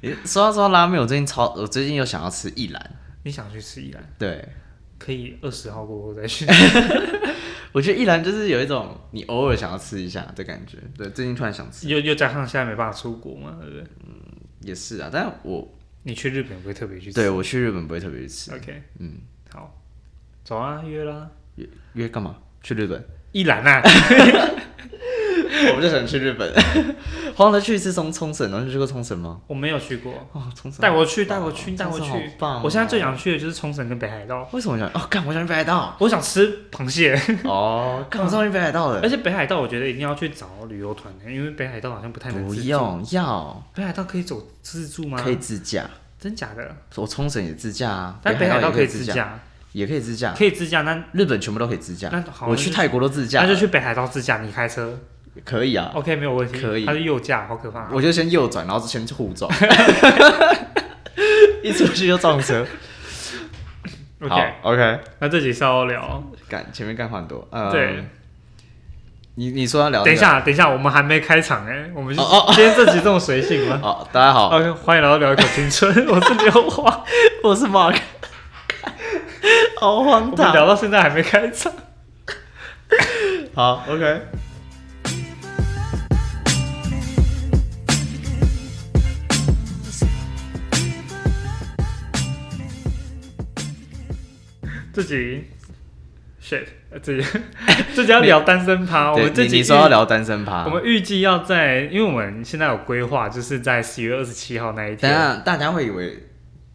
你说到说到拉面，我最近超，我最近又想要吃一兰，你想去吃一兰，对可以二十号过后再去。 我觉得一兰就是有一种你偶尔想要吃一下的感觉，对，最近突然想吃，又又加上现在没办法出国嘛，对不对？也是啊，但我你去日本不会特别去吃。对我去日本不会特别去吃， OK，嗯，好，走啊，约啦。约约干嘛？去日 本？一兰啊，我们就想去日 本，黄了去一次冲冲绳哦，你有去过冲绳吗？我没有去过，哦，冲绳带我去，好带棒我哦去，带我冲绳好去。棒哦我现在最想去的就是冲绳跟北海道，为什么想？哦，干，我想去北海道。 我想吃螃蟹， 哦，干，我终于北海道了而。且北海道我觉得一定要去找旅游团欸的，因为北海道好像不太能不自助。用，要北海道可以走自助吗？可以，自驾，真假的？我冲绳也自驾啊，但北海海道也可可以自自，驾，也可以自驾，可以自驾，那日本全部都可以自驾。那好，我那去就泰国都自驾，那就去北海道自驾，你开车可以啊。 ，OK，没有问题。可以他是右驾，好可怕。我就先右转，然后先互 撞，一出去就撞车。好 OK， ，OK，那这集是要聊，干前面干话很多。呃，对，你你说要聊那个？等一下，等一下，我们还没开场哎，我们是哦哦今天这集这么随性吗？哦，大家好， OK，欢迎来到聊一口青春， 我是刘华。我是 Mark，好荒我们聊。到现在还没开场，好，OK。这集 shit，呃这集 这集要聊单身趴，我对们这你集你说要聊单身趴，我们预计要在，因为我们现在有规划，就是在十月二十七号那等一一天。下，大家会以为，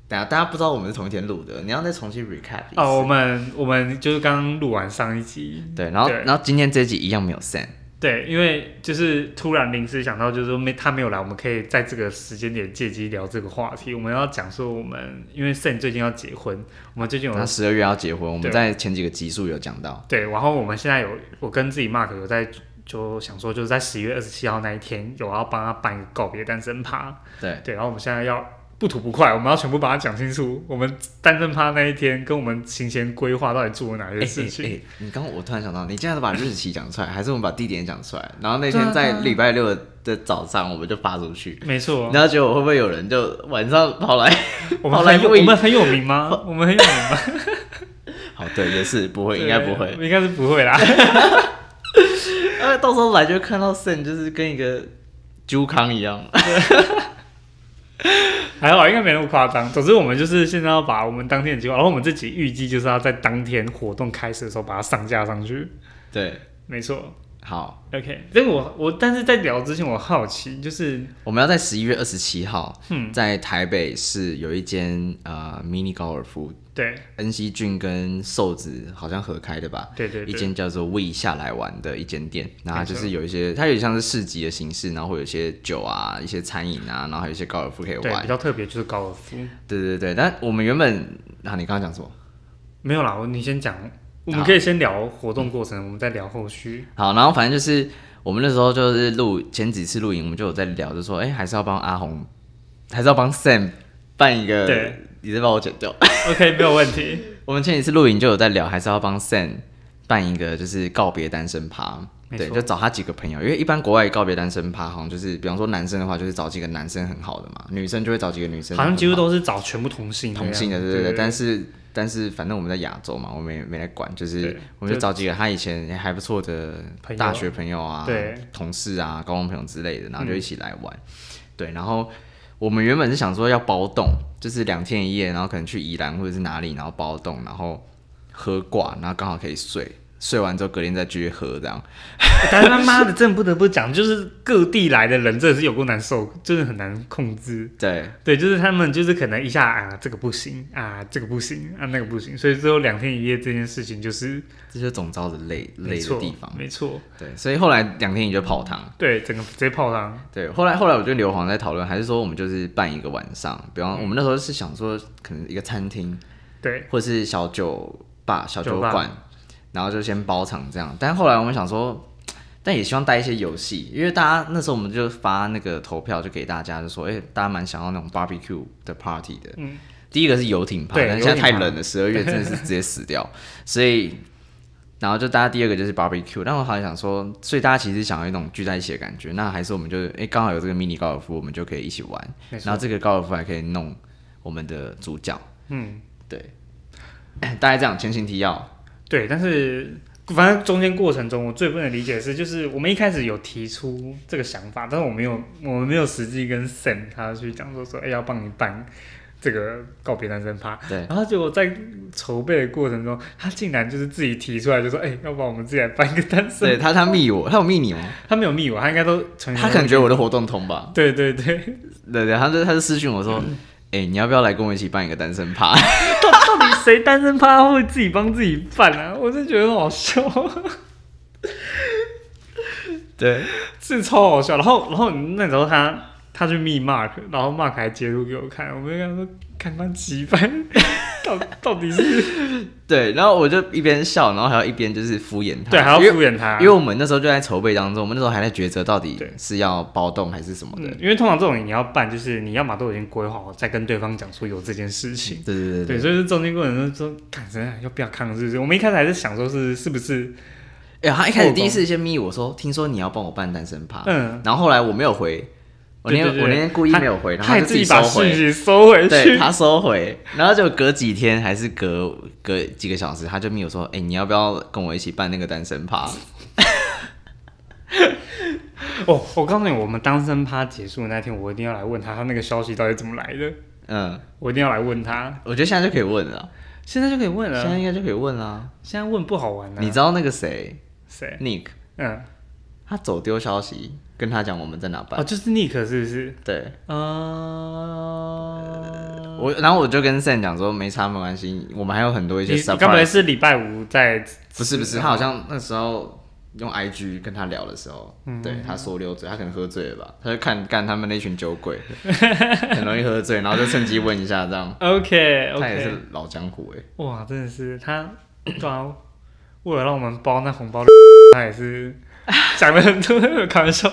等一下大家不知道我们是同一天录的，你要再重新 recap 一次。哦，我们我们就是刚刚录完上一集，对，然后对然后今天这一集一样没有 send，对，因为就是突然临时想到，就是说没他没有来，我们可以在这个时间点借机聊这个话题。我们要讲说，我们因为 Sen 最近要结婚，我们最近有他十二月要结婚，我们对在前几个集数有讲到，对，然后我们现在有，我跟自己 Mark 有在就想说，就是在十一月二十七号那一天，有要帮他办一个告别单身趴。对，对，然后我们现在要不吐不快，我们要全部把它讲清楚。我们单身趴那一天跟我们行前规 划到底做了哪些哎事情？哎，哎你刚刚我突然想到，你竟然都把日期讲出来，还是我们把地点讲出来，然后那对天啊对在啊礼拜六的早上我们就发出去，没错，然后结果会不会有人就晚上跑来？ 我们好莱很有坞我们很有名吗？我们很有 名吗？好，对，也是不会，应该不会，对，应该是不会啦。呃，到时候来就看到 send 就是跟一个猪康一样， 还好，应该没那么夸张。总之，我们就是现在要把我们当天的计划，然后我们自己预计就是要在当天活动开始的时候把它上架上去。对，没错，好。 OK，但我我但是在聊之前，我好奇就是，我们要在十一月二十七号，嗯，在台北市有一间呃 mini 高尔夫，对恩熙俊跟瘦子好像合开的吧，对对一对，间叫做 We 下来玩的一间店，然后没错就是有一些，它有点像是市集的形式，然后会有一些酒啊、一些餐饮啊，然后还有一些高尔夫可以对比玩。较特别就是高尔夫，对对对，但我们原本啊，你刚刚讲什么？没有啦，我你先讲，我们好可以先聊活动过程，我们再聊 后续。好，然后反正就是我们那时候就是录前几次录影，我们就有在聊，就说哎、还是要帮阿红，还是要帮 Sam 办一个，对，你再帮我剪掉。 OK，没有问题，我们前几次录影就有在聊，还是要帮 Sam 办一个就是告别单身趴，没对，错就找他几个朋友，因为一般国外告别单身趴好像就是，比方说男生的话就是找几个男生很好的嘛，女生就会找几个女生好像几乎很好都是找全部同性同性的，这对样对对对。但是但是反正我们在亚洲嘛，我们也没来管，就是对我们就就找几个他以前还不错的朋友大学朋友啊、对嗯同事啊、高中朋友之类的，然后就一起来玩。对，然后我们原本是想说要包栋，就是两天一夜，然后可能去宜兰或者是哪里，然后包栋，然后喝挂，然后刚好可以睡。睡完之后隔天再继续喝，这样但是他妈的，真的不得不讲，就是各地来的人真的是有够难受，真的很难控制。对对，就是他们就是可能一下啊这个不行啊这个不行啊那个不行，所以最后两天一夜这件事情就是这就是总招的累没累错的地方。没错。对，所以后来两天你就泡汤，对，整个直接泡汤。对，后来后来我跟刘皇在讨论，还是说我们就是办一个晚上，比方我们那时候是想说，可能一个餐厅对，或是小酒吧、小酒酒吧馆，然后就先包场这样。但后来我们想说，但也希望带一些游戏，因为大家那时候我们就发那个投票，就给大家就说，哎、大家蛮想要那种 barbecue 的 party 的。嗯第一个是游艇趴，对但是现在 游艇趴太冷了，十二月真的是直接死掉，所以然后就大家第二个就是 barbecue，但我好像想说，所以大家其实想要一种聚在一起的感觉，那还是我们就是哎刚好有这个 mini 高尔夫，我们就可以一起玩，没然错后，这个高尔夫还可以弄我们的主角，嗯，对， 大概这样前情提要，对，但是反正中间过程中，我最不能理解的是，就是我们一开始有提出这个想法，但是我没有，我们没有实际跟 Sam 他去讲说说，哎、要帮你办这个告别单身趴。 对然后结果在筹备的过程中，他竟然就是自己提出来，就说，哎、要不然我们自己来办一个单身对他他密我，他有密你吗？他没有密我，他应该都成员他可能觉得我的活动通吧，对对对， 对对，他就他就私讯我说，嗯哎、你要不要来跟我一起办一个单身趴？ 到到底谁单身趴会自己帮自己办啊？我真的觉得很好笑， 对，是超好笑。然后然后那时候他他去密 Mark，然后 Mark 还截图给我看，我们就跟他说看他几百， 到到 底是对，然后我就一边笑，然后还要一边就是敷衍他，对还要因为敷衍他，因为我们那时候就在筹备当中，我们那时候还在抉择到底对是要包动还是什么的。嗯因为通常这种你要办，就是你要么都已经规划好，再跟对方讲说有这件事情。对对对对，所以是中间过程中说，看真的要不要看是不是？我们一开始还是想说是是不是，对，哎、他一开始后宫第一次先密我说，听说你要帮我办单身趴，嗯，然后后来我没有回，我那天对对对我那天故意没有回，然后他也就自己把收讯回，息收回对去。他收回，然后就隔几天还是隔隔几个小时，他就密我说，哎、你要不要跟我一起办那个单身趴？ 哦，我告诉你，我们单身趴结束的那天，我一定要来问他，他那个消息到底怎么来的，嗯，我一定要来问他。我觉得现在就可以问了，现在就可以问了，现在应该就可以问了。现在问不好玩了、你知道那个谁谁？ Nick，嗯，他走丢消息，跟他讲我们在哪办。哦，就是 Nick 是不是？对呃，我，然后我就跟 Sam 讲说，没差，没关系，我们还有很多一你些你该不会 surprise。是礼拜五在？不是不是，他好像那时候用 IG 跟他聊的时候，对他说溜嘴，他可能喝醉了吧，他就看干他们那群酒鬼， 很容易喝醉，然后就趁机问一下这样。 OK 他也是 OK，老江湖哎、哇，真的是他，对啊，为了让我们包那红包，他也是讲了很多， 开玩笑，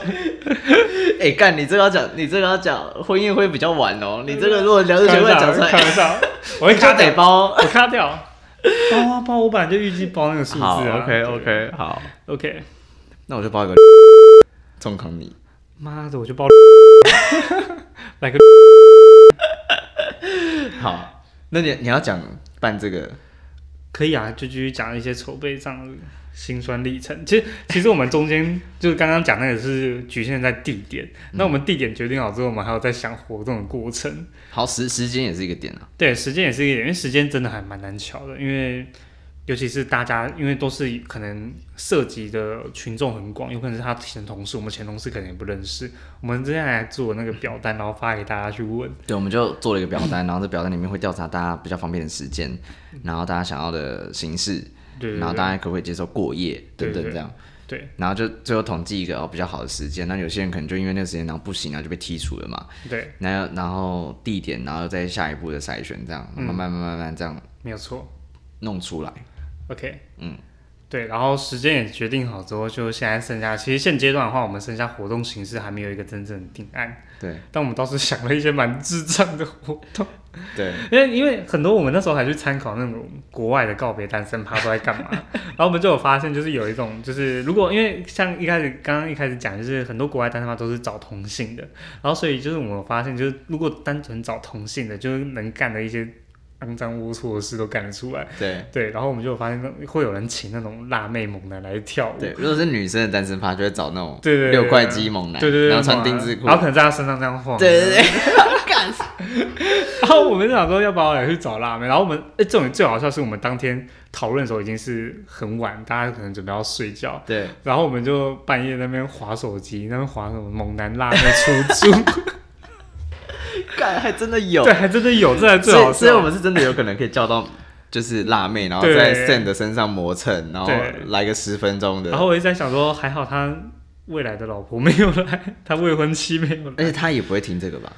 欸，哎、干你这个要讲，你这个要讲婚宴会比较晚哦、你这个如果聊开日学玩会讲出笑，来， 开玩笑，我会就卡得掉，包。我卡掉，包啊包， 我本来就预计包那个数字好啊。 ，OK OK，好， OK，那我就包一个重扛你。妈的，我就包来个好，那你你要讲办这个，可以啊，就继续讲一些筹备上的辛酸历程。其实，其实我们中间就是刚刚讲那个是局限在地点，那我们地点决定好之后，我们还有在想活动的过程。好时时间也是一个点啊。对，时间也是一个点，因为时间真的还蛮难巧的，因为尤其是大家，因为都是可能涉及的群众很广，有可能是他前同事，我们前同事可能也不认识。我们之前还做那个表单，然后发给大家去问。对，我们就做了一个表单，然后这表单里面会调查大家比较方便的时间，然后大家想要的形式，对对然后对大家可不可以接受过夜等对等对这样，对然后就最后统计一个哦比较好的时间。那有些人可能就因为那个时间然后不行，然后就被剔除了嘛。对，然后然后地点，然后再下一步的筛选，这样嗯慢慢慢慢慢慢这样没有错。弄出来。 OK，嗯，对，然后时间也决定好之后，就现在剩下，其实现阶段的话，我们剩下活动形式还没有一个真正的定案， 对但我们倒是想了一些蛮智障的活动，对，因 为因为很多我们那时候还去参考那种国外的告别单身趴都在干 嘛，然后我们就有发现，就是有一种就是如果因为像一开始刚刚一开始讲，就是很多国外单身趴都是找同性的，然后所以就是我们发现，就是如果单纯找同性的，就是能干的一些肮脏龌龊的事都干得出来。对对，然后我们就有发现那会有人请那种辣妹猛男来跳舞，对，如果是女生的单身趴，就会找那种对对对六块肌猛男，对对对，然后穿猛男啊丁字裤然，后可能在他身上这样晃，对 对。对，干死然后我们就想说，要不要也去找辣妹？然后我们，哎，这种最好笑是我们当天讨论的时候已经是很晚，大家可能准备要睡觉，对，然后我们就半夜那边划手机，那边划什么猛男辣妹出租，干还真的 有对，，还真的有，这 才最所好以所以我笑。们是真的有可能可以叫到就是辣妹，然后对在 Sam 的身上磨蹭，然后对来个十分钟的然，后我一直在想说，还好他未来的老婆没有来，他未婚妻没有而来，且他也不会听这个吧？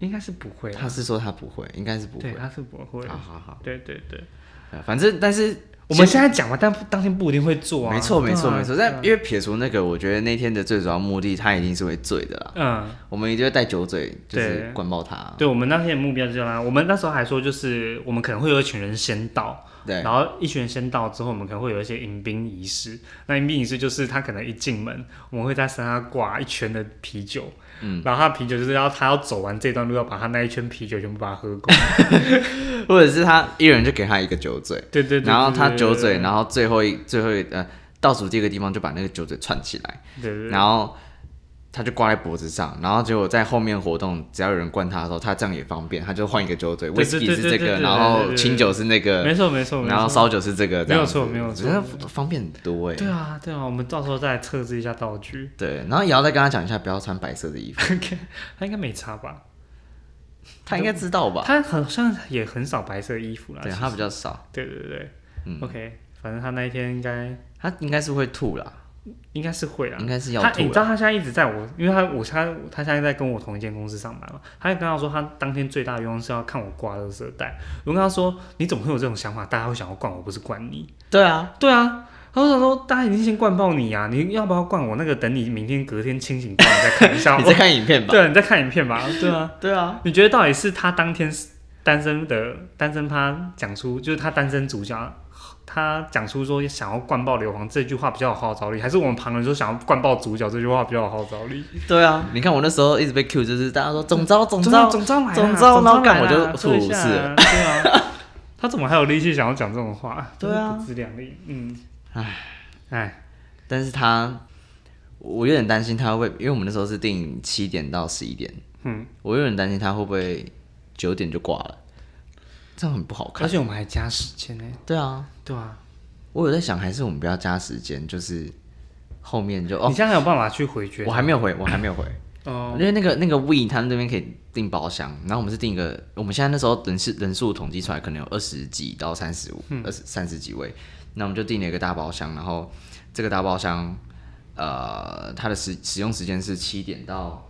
应该是不会啦，他是说他不会，应该是不会对，。他是不会好。好好，对对对，呃反正但是我们现在讲嘛，但当天不一定会做啊。没错，没错，对啊没错。对啊但因为撇除那个，我觉得那天的最主要目的，他一定是会醉的啦。嗯，我们一定会带酒嘴，就是对灌爆他。对，我们那天的目标就是啦，我们那时候还说，就是我们可能会有一群人先到，对然后一群人先到之后，我们可能会有一些迎宾仪式。那迎宾仪式就是他可能一进门，我们会在身上挂一圈的啤酒，嗯，然后他啤酒就是要他要走完这段路，要把他那一圈啤酒全部把它喝 光。或者是他一人就给他一个酒嘴，对对对然后他酒嘴，呢？然后最后一最后一呃倒数第一个地方就把那个酒嘴串起来，对对对，然后他就挂在脖子上，然后结果在后面活动，只要有人灌他的时候，他这样也方便，他就换一个酒嘴，威对士对忌对是对这对个，对然对后对对清酒是那个，没错没错，没然后错烧酒是这个，这样子没有错没有错我觉得方便很多哎。对啊对啊，我们到时候再来测试一下道具， 对，然后也要再跟他讲一下，不要穿白色的衣服，他应该没差吧？他应该知道吧？他好像也很少白色衣服啦。对其实他比嗯较少，对对对对、o k 反正他那一天应该他应该是会吐啦，应该是会啦啊应。该是要他、你吐知啦。道他现在一直在我，因为他我他他现在在跟我同一间公司上班嘛，他就跟他说他当天最大的愿望是要看我挂垃圾袋。我跟他说你怎么会有这种想法？大家会想要灌我，不是灌你。对啊，对啊，他就想说大家已经先灌爆你啊，你要不要灌我？那个等你明天隔天清醒过来你再看一下。 你在我看影片吧？对啊，你再看影片吧。对啊，对啊，你觉得到底是他当天是单身的单身趴讲出，就是他单身主角，他讲出说想要灌爆硫磺这句话比较有号召力，还是我们旁人说想要灌爆主角这句话比较有号召力？对啊，你看我那时候一直被 Q，就是大家说总招总招， 总招来啦，总招招然后来干啦我就哦做一吐下五次啊对 啊，他怎么还有力气想要讲这种话？对啊真是不自量力。嗯，唉唉，但是他我有点担心他会，因为我们那时候是定七点到十一点，嗯，我有点担心他会不会九点就挂了，这样很不好而看。且我们还加时间呢、对啊，对啊，我有在想，还是我们不要加时间，就是后面就哦你，现在还有办法去回绝我？还没有回，我还没有回，哦，因为那个那个 We 他们那边可以订包厢，然后我们是订一个，我们现在那时候人是人数统计出来可能有二十几到三十五，二十三十几位，那我们就订了一个大包厢，然后这个大包厢，呃，它的使使用时间是七点到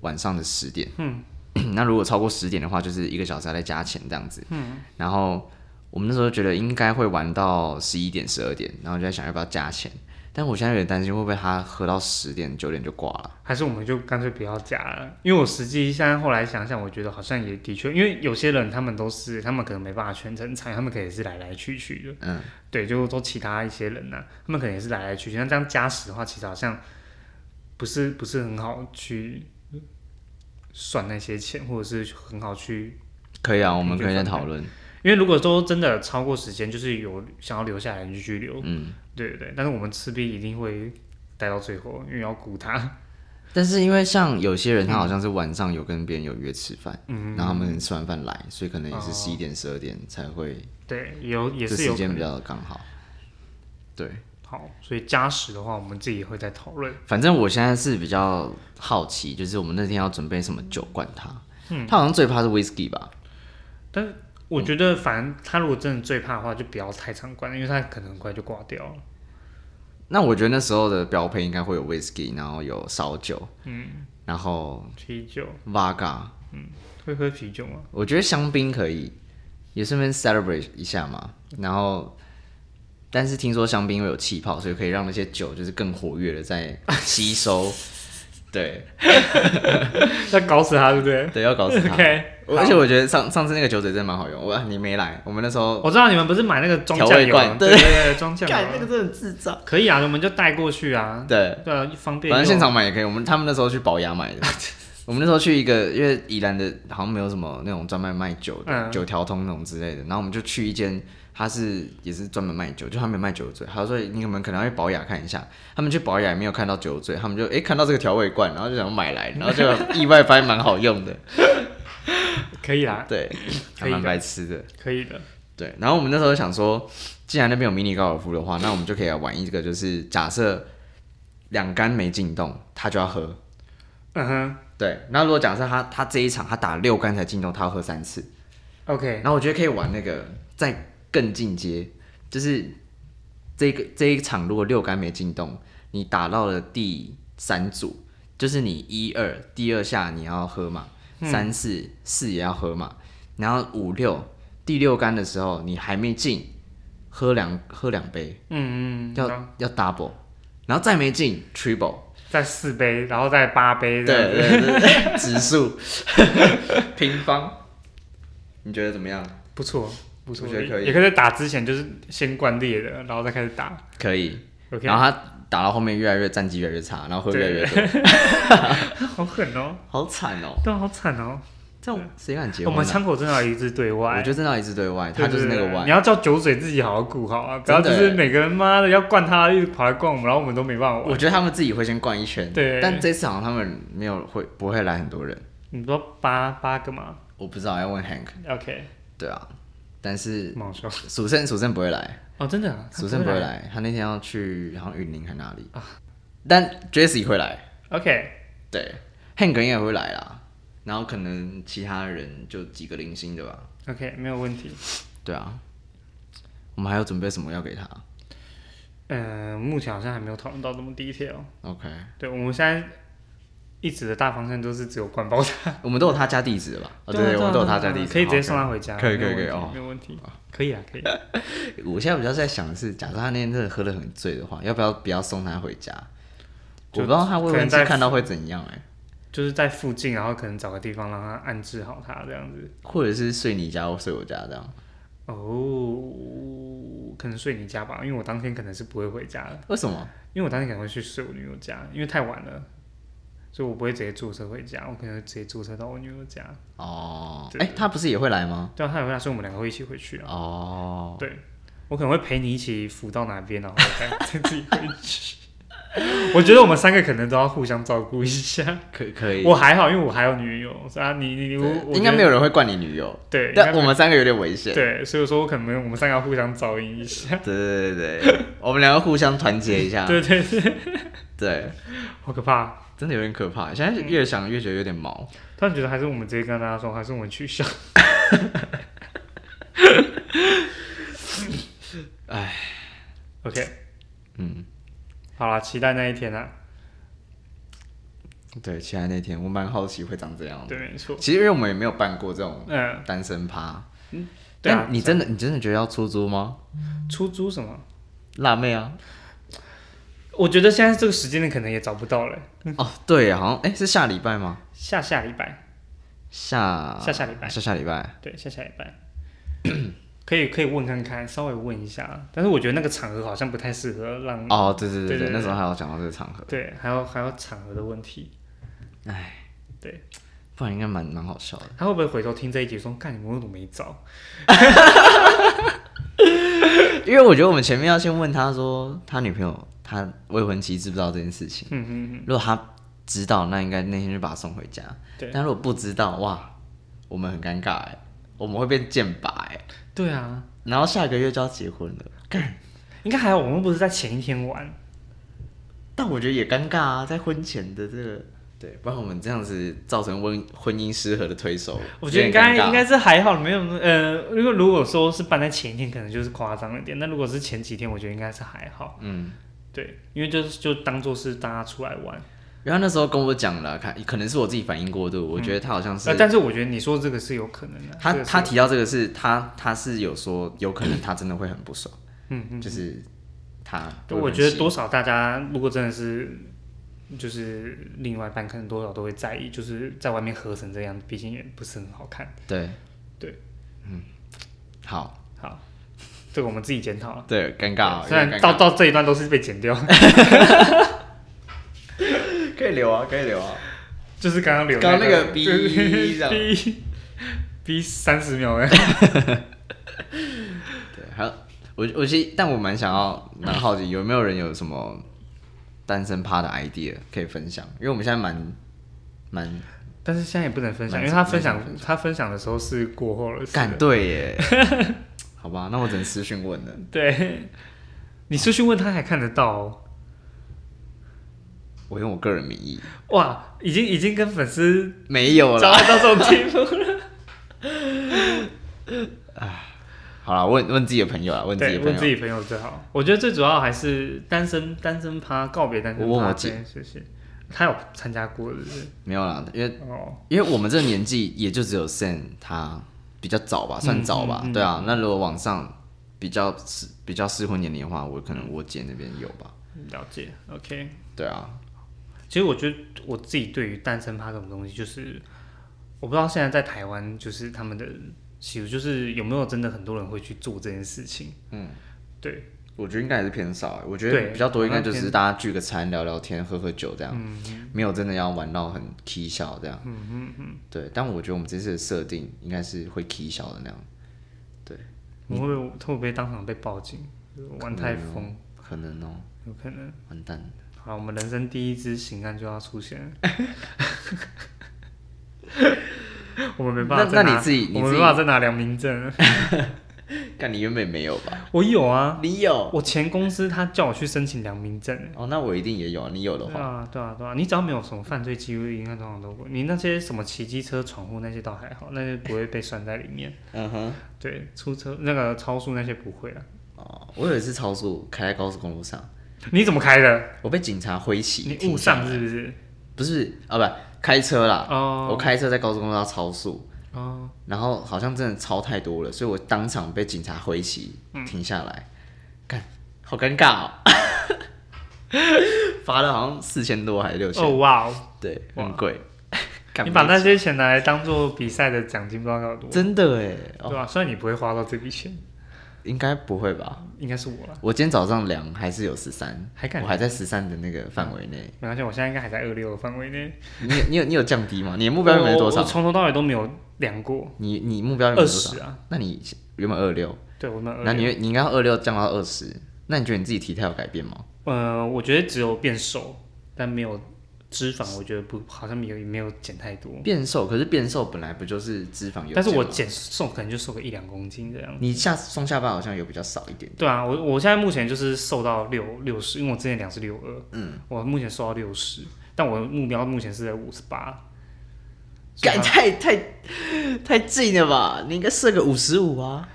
晚上的十点，嗯， 那如果超过十点的话，就是一个小时还在加钱这样子，嗯，然后我们那时候觉得应该会玩到十一点十二点，然后就在想要不要加钱，但我现在有点担心会不会他喝到十点九点就挂了。还是我们就干脆不要加了，因为我实际现在后来想想，我觉得好像也的确，因为有些人他们都是，他们可能没办法全程参与，他们可能也是来来去去的，嗯，对，就都其他一些人呢、他们可能也是来来去去，那这样加时的话，其实好像不是不是很好去算那些钱，或者是很好去可以啊，我们平均可以再分配讨论。因为如果说真的超过时间，就是有想要留下来的就去留，嗯，对对对，但是我们势必一定会待到最后，因为要顾他，但是因为像有些人，他好像是晚上有跟别人有约吃饭，嗯，然后他们吃完饭来，所以可能也是哦十一点、十二点才会，对，有也这是时有可间能比较刚好。对，好，所以加时的话，我们自己会再讨论。反正我现在是比较好奇，就是我们那天要准备什么酒灌他。嗯，他好像最怕是 whisky 吧？但是我觉得，反正他如果真的最怕的话，就不要太常关，因为他可能很快就挂掉了。那我觉得那时候的标配应该会有 whisky，然后有烧酒，嗯，然后啤酒 vodka，会喝啤酒吗？我觉得香槟可以，也顺便 celebrate 一下嘛。然后，但是听说香槟会有气泡，所以可以让那些酒就是更活跃的在吸收。对 要搞死他，对不对对，要搞死他。 ？OK，我而且我觉得上上次那个酒嘴真的蛮好用，我你没来，我们那时候我知道你们不是买那个装哦调酱味油罐吗，对对对对，装酱干那油个啊真的很智障。可以啊，我们就带过去啊。对，对啊，方便反用。正现场买也可以。我们他们那时候去宝雅买的， 我们那时候去一个，因为宜兰的好像没有什么那种专门卖酒的、嗯酒条通那种之类的，然后我们就去一间，他是也是专门卖酒，就他没有卖酒醉，他说你们可能要去宝雅看一下，他们去宝雅也没有看到酒醉，他们就哎、诶看到这个调味罐，然后就想买来，然后 就意外发现蛮好用的，可以啦，对，还可以的蛮白痴的。可以的。对，然后我们那时候想说，既然那边有迷你高尔夫的话，那我们就可以来玩一个，就是假设两杆没进洞，他就要喝，嗯哼对，那如果假设他他这一场他打六杆才进洞，他要喝三次， ，OK，然后我觉得可以玩那个再更进阶，就是这个这一场如果六杆没进洞，你打到了第三组，就是你一二第二下你要喝嘛，三四四也要喝嘛，然后五六第六杆的时候你还没进，喝两喝两杯，嗯嗯，要、然后要 double，然后再没进 triple，再四杯，然后再八杯对这样子，对对， 指数平方，你觉得怎么样？不错不错，我觉得可以也可以在打之前就是先灌裂的，然后再开始打。可以。 OK，然后他打到后面越来越战绩越来越差，然后喝越来越多，好狠哦，好惨哦、对啊，好惨哦。这种谁敢结我婚、啊？们枪口真的要一致对我外，就知道一直对外，他对就是那个对对你外，要叫酒水自己好好顾好啊，不真要的就是欸每个人妈的要灌他，一直跑来灌我们，然后我们都没办法我玩。觉得他们自己会先灌一圈，对但这次好像他们没有会不会来很多人，你说八八个嘛我不知道要问 Hank， ？OK，对啊，但是蛮好笑。蜀胜蜀胜不会来，哦，真的啊，蜀胜不会来。来，他那天要去好像云林还哪里，但 Jesse 会来， OK，对，Hank 应该会来啦，然后可能其他人就几个零星的吧， OK，没有问题。对啊，我们还要准备什么要给他嗯、目前好像还没有讨论到这么 detail。 ？OK， 对，我们现在一直的大方向都是只有灌包他。我们都有他家地址了吧？哦对，我们都有他家地址，啊可以直好接送他回家。可以可以没有可以哦问题没有问题。可以啊，可以。我现在比较在想的是，假设他那天真的喝得很醉的话，要不要不要送他回家？我就不知道他未可能婚妻在看到会怎样哎、就是在附近，然后可能找个地方让他安置好他这样子。或者是睡你家或睡我家这样？哦，可能睡你家吧，因为我当天可能是不会回家的，为什么？因为我当天可能会去睡我女友家，因为太晚了，所以我不会直接坐车回家，我可能直接坐车到我女友家。哦，对哎、他不是也会来吗？对啊，他也会来，所以我们两个会一起回去啊。哦，对，我可能会陪你一起扶到哪边，然后再再自己回去。 我觉得我们三个可能都要互相照顾一下。可可以，我还好，因为我还有女友，所以啊，你你你对我我应该觉得没有人会惯你女友，对，应该但没我有们三个有点危险。对，所以说我可能我们三个要互相照应一下。对对对对，我们两个互相团结一下。对 对对，对，好可怕！真的有点可怕，现在越想越觉得有点毛。突然觉得还是我们直接跟大家说，还是我们取消。哎，OK，嗯，好啦，期待那一天啊。对，期待那天，我蛮好奇会长怎样的。对，没错。其实因为我们也没有办过这种嗯，单身趴，对啊但，你真的你真的觉得要出租吗？出租什么？辣妹啊，我觉得现在这个时间点可能也找不到了，哦对，好像哎、是下礼拜吗？下下礼拜，下下下礼拜下下礼拜，对，下下礼 拜。可以可以问看看，稍微问一下，但是我觉得那个场合好像不太适合让、哦对对对嗯对对对，对那时候还要讲到这个场合，对，还有还有场合的问题，不然应该蛮蛮好笑的。他会不会回头听这一集说，看你们为什么没找？因为我觉得我们前面要先问他说他女朋友他未婚妻知不知道这件事情，嗯嗯嗯，如果他知道，那应该那天就把他送回家。对但如果不知道，哇，我们很尴尬哎，我们会变剑拔哎，对啊，然后下个月就要结婚了，应该还好，我们不是在前一天玩，但我觉得也尴尬啊，在婚前的这个，对，不然我们这样子造成婚婚姻失和的推手，我觉得有应点该尴尬应该是还好，没有呃，如果如果说是办在前一天，可能就是夸张了点。那如果是前几天，我觉得应该是还好。嗯，对，因为就是就当做是大家出来玩。然后那时候跟我讲了，看可能是我自己反应过度，我觉得他好像是、呃，但是我觉得你说这个是有可能的。他这个是他提到这个是他他是有说有可能他真的会很不爽，嗯嗯，就是他对会我很觉得气多少大家如果真的是就是另外一半，可能多少都会在意，就是在外面合成这样，毕竟也不是很好看。对对，嗯好好，这个我们自己检讨了。对尴尬哦，虽然有点尴到尬到这一段都是被剪掉，可以留啊可以留啊，就是刚刚留刚刚那个对哔对这样哔 哔三十秒哎。对，还有我我其实但我蛮想要蛮好奇有没有人有什么单身趴的 idea 可以分享，因为我们现在蛮蛮 但是现在也不能分享，蛮因为他分蛮享想分他分享的时候是过后了。是的敢对 耶，好吧，那我只能私讯问了。对，你出去问他还看得到哦。我用我个人名义哇，已经已经跟粉丝没有找啦。到这种地步了。好啦，问问自己的朋友 啦，问自己对，的朋问自友。己朋友最好。我觉得最主要还是单身单身趴告别单身我问趴我这姐件事情，他有参加过是不是？没有啦，因为哦，因为我们这个年纪也就只有 Sam 他比较早吧，算早吧，嗯嗯嗯对啊。那如果往上比较适比较适婚年龄的话，我可能我姐那边有吧。了解，OK。对啊，其实我觉得我自己对于单身趴这种东西，就是我不知道现在在台湾就是他们的习俗，就是有没有真的很多人会去做这件事情。嗯，对，我觉得应该还是偏少欸、我觉对得比较多应该就好是像嗯大家聚个餐、聊聊天、喝喝酒这样，没有真的要玩到很 k 笑这样。嗯嗯嗯。对，但我觉得我们这次的设定应该是会 k 笑的那样，我会不会会不会当场被报警？玩太疯，可能哦、有可能。完蛋。 好，我们人生第一支刑案就要出现了。 我们没办法那再拿，那你自己你我们自没己办法再拿良民证了。但你原本没有吧？我有啊，你有我前公司他叫我去申请良民证欸。哦，那我一定也有啊。你有的对话，啊，对啊，对啊，你只要没有什么犯罪记录，应该通常都不会。你那些什么骑机车闯祸那些倒还好，那些不会被算在里面。嗯哼。对，出车那个超速那些不会啊。哦，我有一次超速开在高速公路上，你怎么开的？我被警察挥旗，你停误下上是不是？不是啊，不开车啦，哦我开车在高速公路上超速，哦，然后好像真的超太多了，所以我当场被警察挥旗嗯停下来，干、好尴尬哦， 罚了好像四千多还是六千、哦哇哦，对，哇很贵。 干你把没那些钱拿来当做比赛的奖金，不知道该有多，真的哎、对哦，吧、虽然你不会花到这笔钱，应该不会吧？应该是我了。我今天早上量还是有十三，还敢我还在十三的那个范围内。没关系，我现在应该还在二六的范围内。你有你有你有降低吗？你的目标原本是多我少我？从头到尾都没有量过你你目标原哦二本是多十少？啊。那你原本二六，对，我们二那你你应该二六降到二十，那你觉得你自己体态有改变吗？呃，我觉得只有变瘦，但没有脂肪，我觉得不好像没有没有减太多。变瘦，可是变瘦本来不就是脂肪有减吗？但是我减瘦可能就瘦个一两公斤这样。你下双下巴好像有比较少一点，对啊，我我现在目前就是瘦到六六十，因为我之前量是六二，嗯，我目前瘦到六十，但我的目标目前是在五十八。啊感太太太近了吧？你应该设个五十五啊。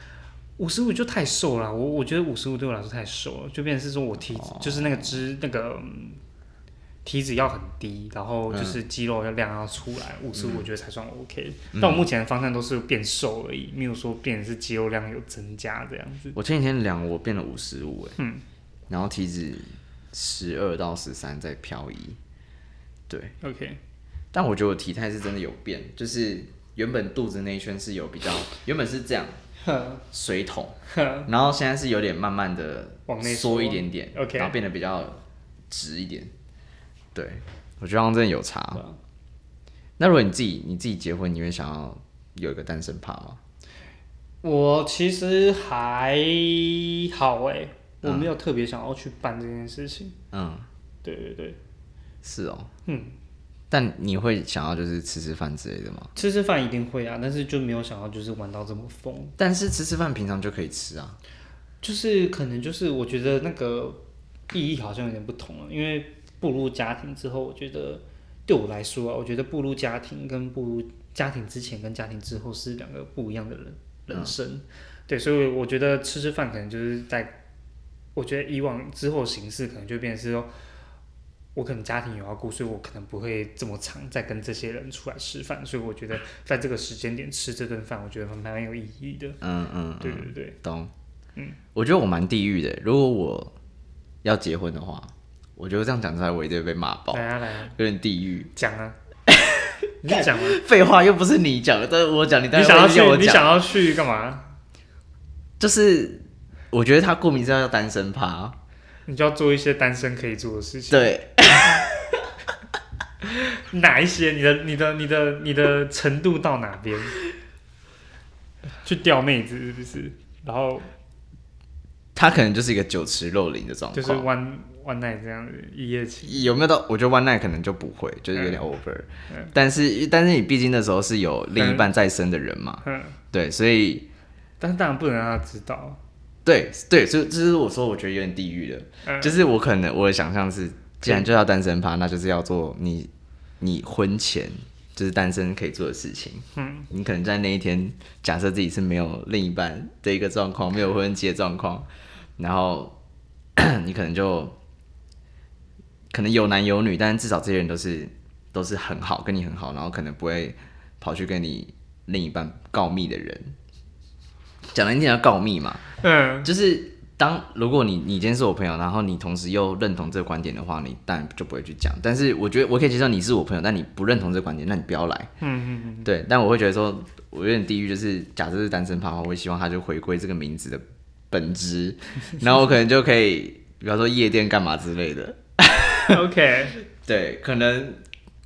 五十五就太瘦了，我我觉得五十五对我来说太瘦了，就变成是说我体、就是那个脂那个、嗯体脂要很低，然后就是肌肉要量要出来，五十五我觉得才算 OK、但我目前的方向都是变瘦而已，没有说变成是肌肉量有增加这样子。我前几天量我变了五十五，哎，嗯然后体脂十二到十三在漂移，对， OK，但我觉得我体态是真的有变，就是原本肚子那一圈是有比较，原本是这 样哼水 桶，哼然后现在是有点慢慢的往内缩缩一点点 OK 然后变得比较直一点。对，我觉得好像真的有差对啊。那如果你自己你自己结婚，你会想要有一个单身趴吗？我其实还好哎、我没有特别想要去办这件事情。嗯，对对对，是哦。嗯，但你会想要就是吃吃饭之类的吗？吃吃饭一定会啊，但是就没有想要就是玩到这么疯。但是吃吃饭平常就可以吃啊。就是可能就是我觉得那个意义好像有点不同了，因为步入家庭之后，我觉得对我来说啊，我觉得步入家庭跟步入家庭之前跟家庭之后是两个不一样的人人生，对，所以我觉得吃吃饭可能就是在，我觉得以往之后形式可能就变成是说。我可能家庭有要顾，所以我可能不会这么常再跟这些人出来吃饭，所以我觉得在这个时间点吃这顿饭，我觉得蛮有意义的。嗯嗯，对对对，懂。嗯，我觉得我蛮地狱的。如果我要结婚的话，我觉得这样讲出来我一定会被骂爆，来啊来啊，有点地狱。讲啊，你就讲啊，废话又不是你讲的，但是我讲，你当你然想要会叫我去，你讲。想要去干嘛？就是我觉得他顾名思义叫单身趴，你就要做一些单身可以做的事情。对，哪一些？你的、你的、你的、你的程度到哪边？去钓妹子是不是？然后他可能就是一个酒池肉林的状就况。是弯弯奈这样子一夜情。有没有到？我觉得 one night 可能就不会，就是有点 over、嗯但是，但是你毕竟那时候是有另一半在身的人嘛，嗯，对，所以但是当然不能让他知道。对对，就就是我说我觉得有点地狱的，嗯就是我可能我的想象是，既然就要单身趴，那就是要做你你婚前就是单身可以做的事情。嗯，你可能在那一天，假设自己是没有另一半的一个状况，没有婚姻期的状况，然后 你可能就可能有男有女，但是至少这些人都是都是很好，跟你很好，然后可能不会跑去跟你另一半告密的人。讲难听叫告密嘛，嗯，就是当如果你你今天是我朋友，然后你同时又认同这个观点的话，你当然就不会去讲。但是我觉得我可以接受你是我朋友，但你不认同这个观点，那你不要来。嗯嗯对，但我会觉得说，我有点地狱，就是假设是单身趴的话，我会希望他就回归这个名字的本质，然后我可能就可以，比方说夜店干嘛之类的，嗯，OK，对，可能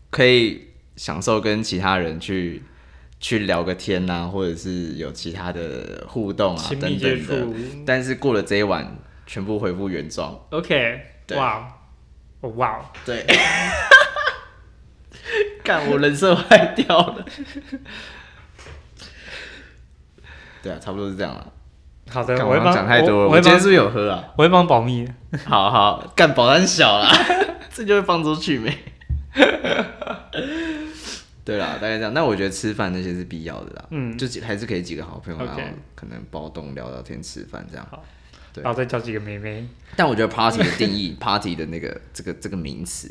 可以享受跟其他人去去聊个天呐、或者是有其他的互动啊亲密等接等的。触但是过了这一晚，全部恢复原状。 ，OK，对哇，哦哇哦，对， 干我人设坏掉了。 对啊，差不多是这样了。好的，干我会刚帮刚讲太多了，我我我会今帮天是不是有喝 啊？我会帮保密。好好，干保单小啦， 这就会放出去没？ 对啦，大概这样。那我觉得吃饭那些是必要的啦，嗯就几还是可以几个好朋友，然后 OK 可能包栋聊聊天、吃饭这样。对然后再叫几个妹妹，但我觉得 party 的定义 ，party 的那个这个这个名词，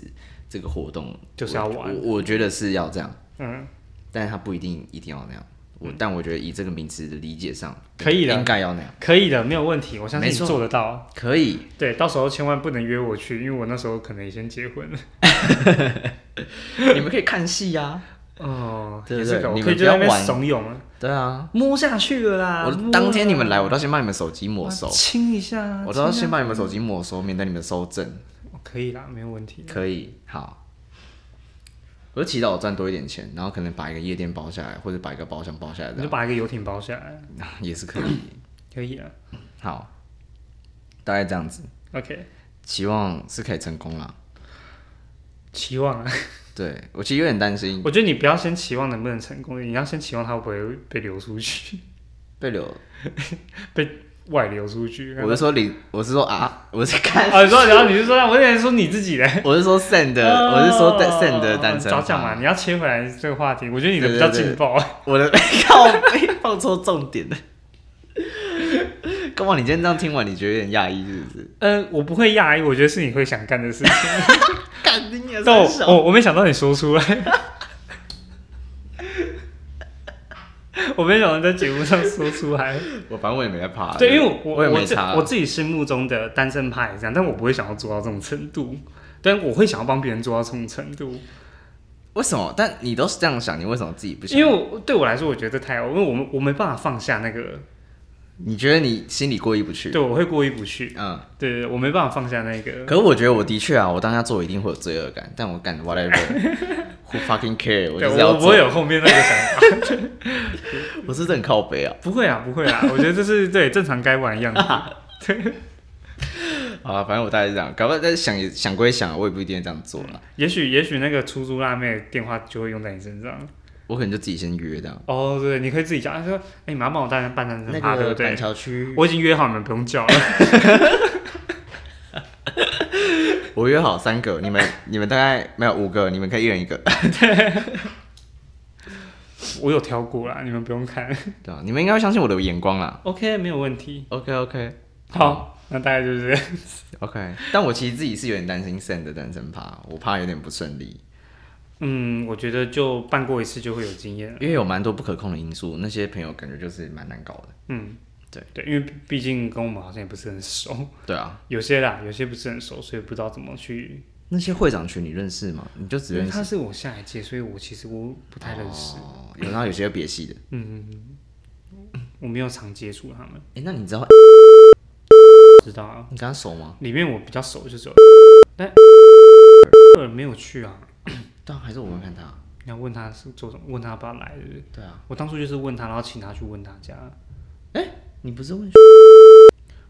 这个活动就是要我玩我我觉得是要这样，嗯，但是它不一定一定要那样。我、但我觉得以这个名词嗯的理解上，可以的应该要那样，可以的，没有问题，我相信没你错做得到。可以。对，到时候千万不能约我去，因为我那时候可能已经结婚了。你们可以看戏啊呀、哦，对也对是个，我你可以们就在那不要边玩怂恿啊，对啊，摸下去了啦。摸我了当天你们来，我都先把你们手机没收啊，亲一下啊，我都要亲一先下把你们手机没收，免得你们收证。哦可以啦，没有问题。可以，好。我就祈祷我赚多一点钱，然后可能把一个夜店包下来，或者把一个包厢包下来，你这就样把一个游艇包下来， 也是可以。可以啊。好，大概这样子， OK，期望是可以成功啦。期望啊，对我其实有点担心我觉得你不要先期望能不能成功，你要先期望他会不会被流出去， 被流，外流出去。我是说领，我是说啊， 我是看，啊，你说，然后你是说，我也说你自己的。我是说 send，的哦我是说 send 的单身早讲嘛，趴，你要切回来这个话题，我觉得你的对比对较对劲爆。我的 靠背放错重点了。干嘛？你今天这样听完，你觉得有点讶异是不是？ 嗯，我不会讶异，我觉得是你会想干的事情。干你也但我是哦我我没想到你说 出来，我没想到在节目上说出来。我反正我也没在怕，对，因为我我我也没自差我，自己心目中的单身派是这样，但我不会想要做到这种程度，但我会想要帮别人做到这种程度，为什么？但你都是这样想，你为什么自己不想？因为我对我来说，我觉得太，因为我们我没办法放下那个，你觉得你心里过意不去。对我会过意不去，嗯，对对，对我没办法放下那个，可是我觉得我的确啊，我当下做一定会有罪恶感，但我干 whatever，who fucking care，我对就是要我做不会有后面那个想法， 我是不是很靠北啊。不会啊，不会啊，我觉得这是对正常该玩的样子，好啊，反正我大概是这样，搞不好但是想也想归想，我也不一定这样做啦。也许也许那个出租辣妹的电话就会用在你身上，我可能就自己先约这样。哦，对，你可以自己讲，他说，哎，你妈帮我带办单身那趴，对个不对板？桥区，我已经约好你们不用叫了，我约好三个，你们你们大概没有五个，你们可以一人一个，我有挑过啦，你们不用看。对吧？你们应该会相信我的眼光啦。 OK，没有问题。 OK OK 好，那大概就是这样 OK，但我其实自己是有点担心 Send 的单身趴，我怕有点不顺利，嗯，我觉得就办过一次就会有经验了。因为有蛮多不可控的因素，那些朋友感觉就是蛮难搞的。嗯，对对，因为毕毕竟跟我们好像也不是很熟，对啊，有些啦，有些不是很熟，所以不知道怎么去。那些会长群你认识吗？你就只因认为识他是我下一届，所以我其实我不太认识。哦，有然后有些别系的。嗯，我没有常接触他们，哎，那你知道知道啊。你跟他熟吗？里面我比较熟就只有，但没有去啊。对啊，还是我问看他。你要问他是做什么？问他要不要来？对不对对啊，我当初就是问他，然后请他去问他家。你不是问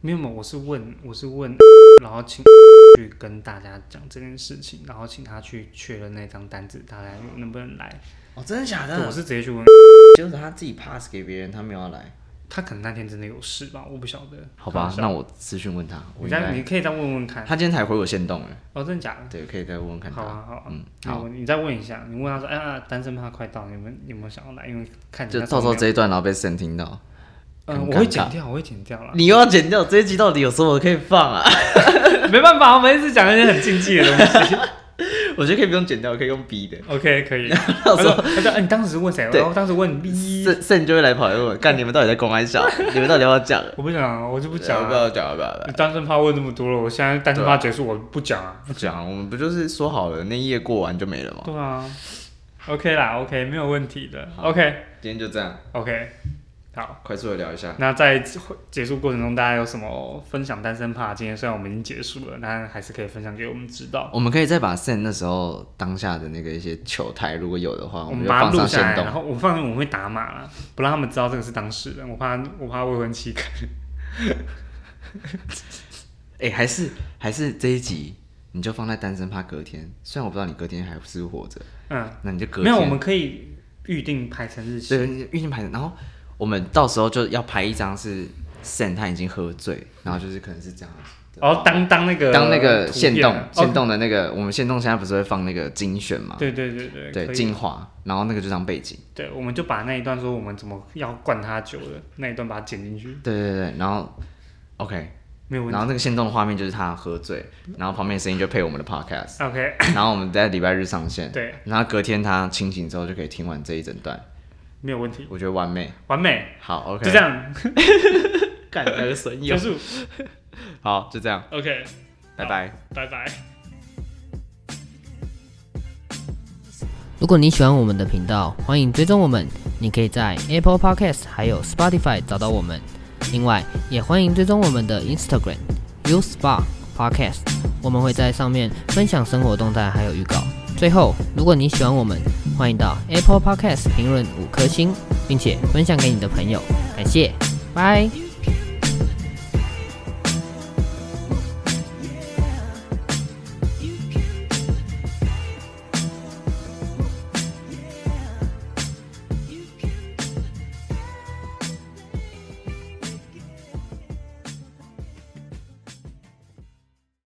没有没有，我是问我是问，然后请去跟大家讲这件事情，然后请他去确认那张单子，大家能不能来。哦，真的假对我的？是直接去问，就是他自己 pass 给别人，他没有要来。他可能那天真的有事吧，我不晓得。好吧，开玩笑那我私讯问他，我你应再该你可以再问问看。他今天才回我线动哎，哦，真的假的？对，可以再问问看好他。啊好啊，嗯，那好，我你再问一下，你问他说，哎呀，单身怕快到，你们有没有想要来？因为看你就那到时候没有这一段然后被森听到，嗯，很我会尴尬剪掉，我会剪掉啦。 你又要剪掉这一集，到底有什么可以放啊？ 没办法，我们一直讲一些很禁忌的东西。我觉得可以不用剪掉，可以用逼的。 OK，可以。他说，他说，哎，你当时问谁？对然后当时问 B，肾肾就会来跑来问我，干你们到底在公安笑？ 你们到底要不要讲？我不讲，我就不讲要不啊。要讲？要不要讲？你单身趴问这么多了，我现在单身趴结束，我不讲啊。不讲，我们不就是说好了那一页过完就没了吗？对啊，OK 啦，OK，没有问题的。好 OK，OK，、今天就这样，好。快速的聊一下。那在结束过程中，大家有什么分享单身趴？今天虽然我们已经结束了，但还是可以分享给我们知道。我们可以再把 Sen 那时候当下的那个一些球台，如果有的话，啊我们们就把它放录上下线来，啊动然。后我放我们会打码啦，不让他们知道这个是当事人，我怕我怕未婚妻看。哎、还是还是这一集，你就放在单身趴隔天。虽然我不知道你隔天还是不是活着，嗯，那你就隔天。没有，我们可以预定排成日期。对你预定排的，然后我们到时候就要拍一张是 Sen 他已经喝醉，然后就是可能是这样子的。然后哦当当那个当那个图线片动啊线哦，动的那个，我们线动现在不是会放那个精选嘛？对对对对对，可以精华，然后那个就当背景。对，我们就把那一段说我们怎么要灌他酒的那一段把它剪进去，对对对，然后 OK，没有问然题。后那个线动的画面就是他喝醉，然后旁边的声音就配我们的 podcast， OK，然后我们在礼拜日上线，对，然后隔天他清醒之后就可以听完这一整段，没有问题，我觉得完美。完美，好，OK，就这，样干那个神结束。好，就这样， OK，拜拜。拜拜。如果你喜欢我们的频道，欢迎追踪我们。你可以在 Apple Podcast 还有 Spotify 找到我们。另外，也欢迎追踪我们的 Instagram U Spa Podcast，我们会在上面分享生活动态还有预告。最后，如果你喜欢我们，欢迎到 Apple Podcast 评论五颗星，并且分享给你的朋友。感谢，拜。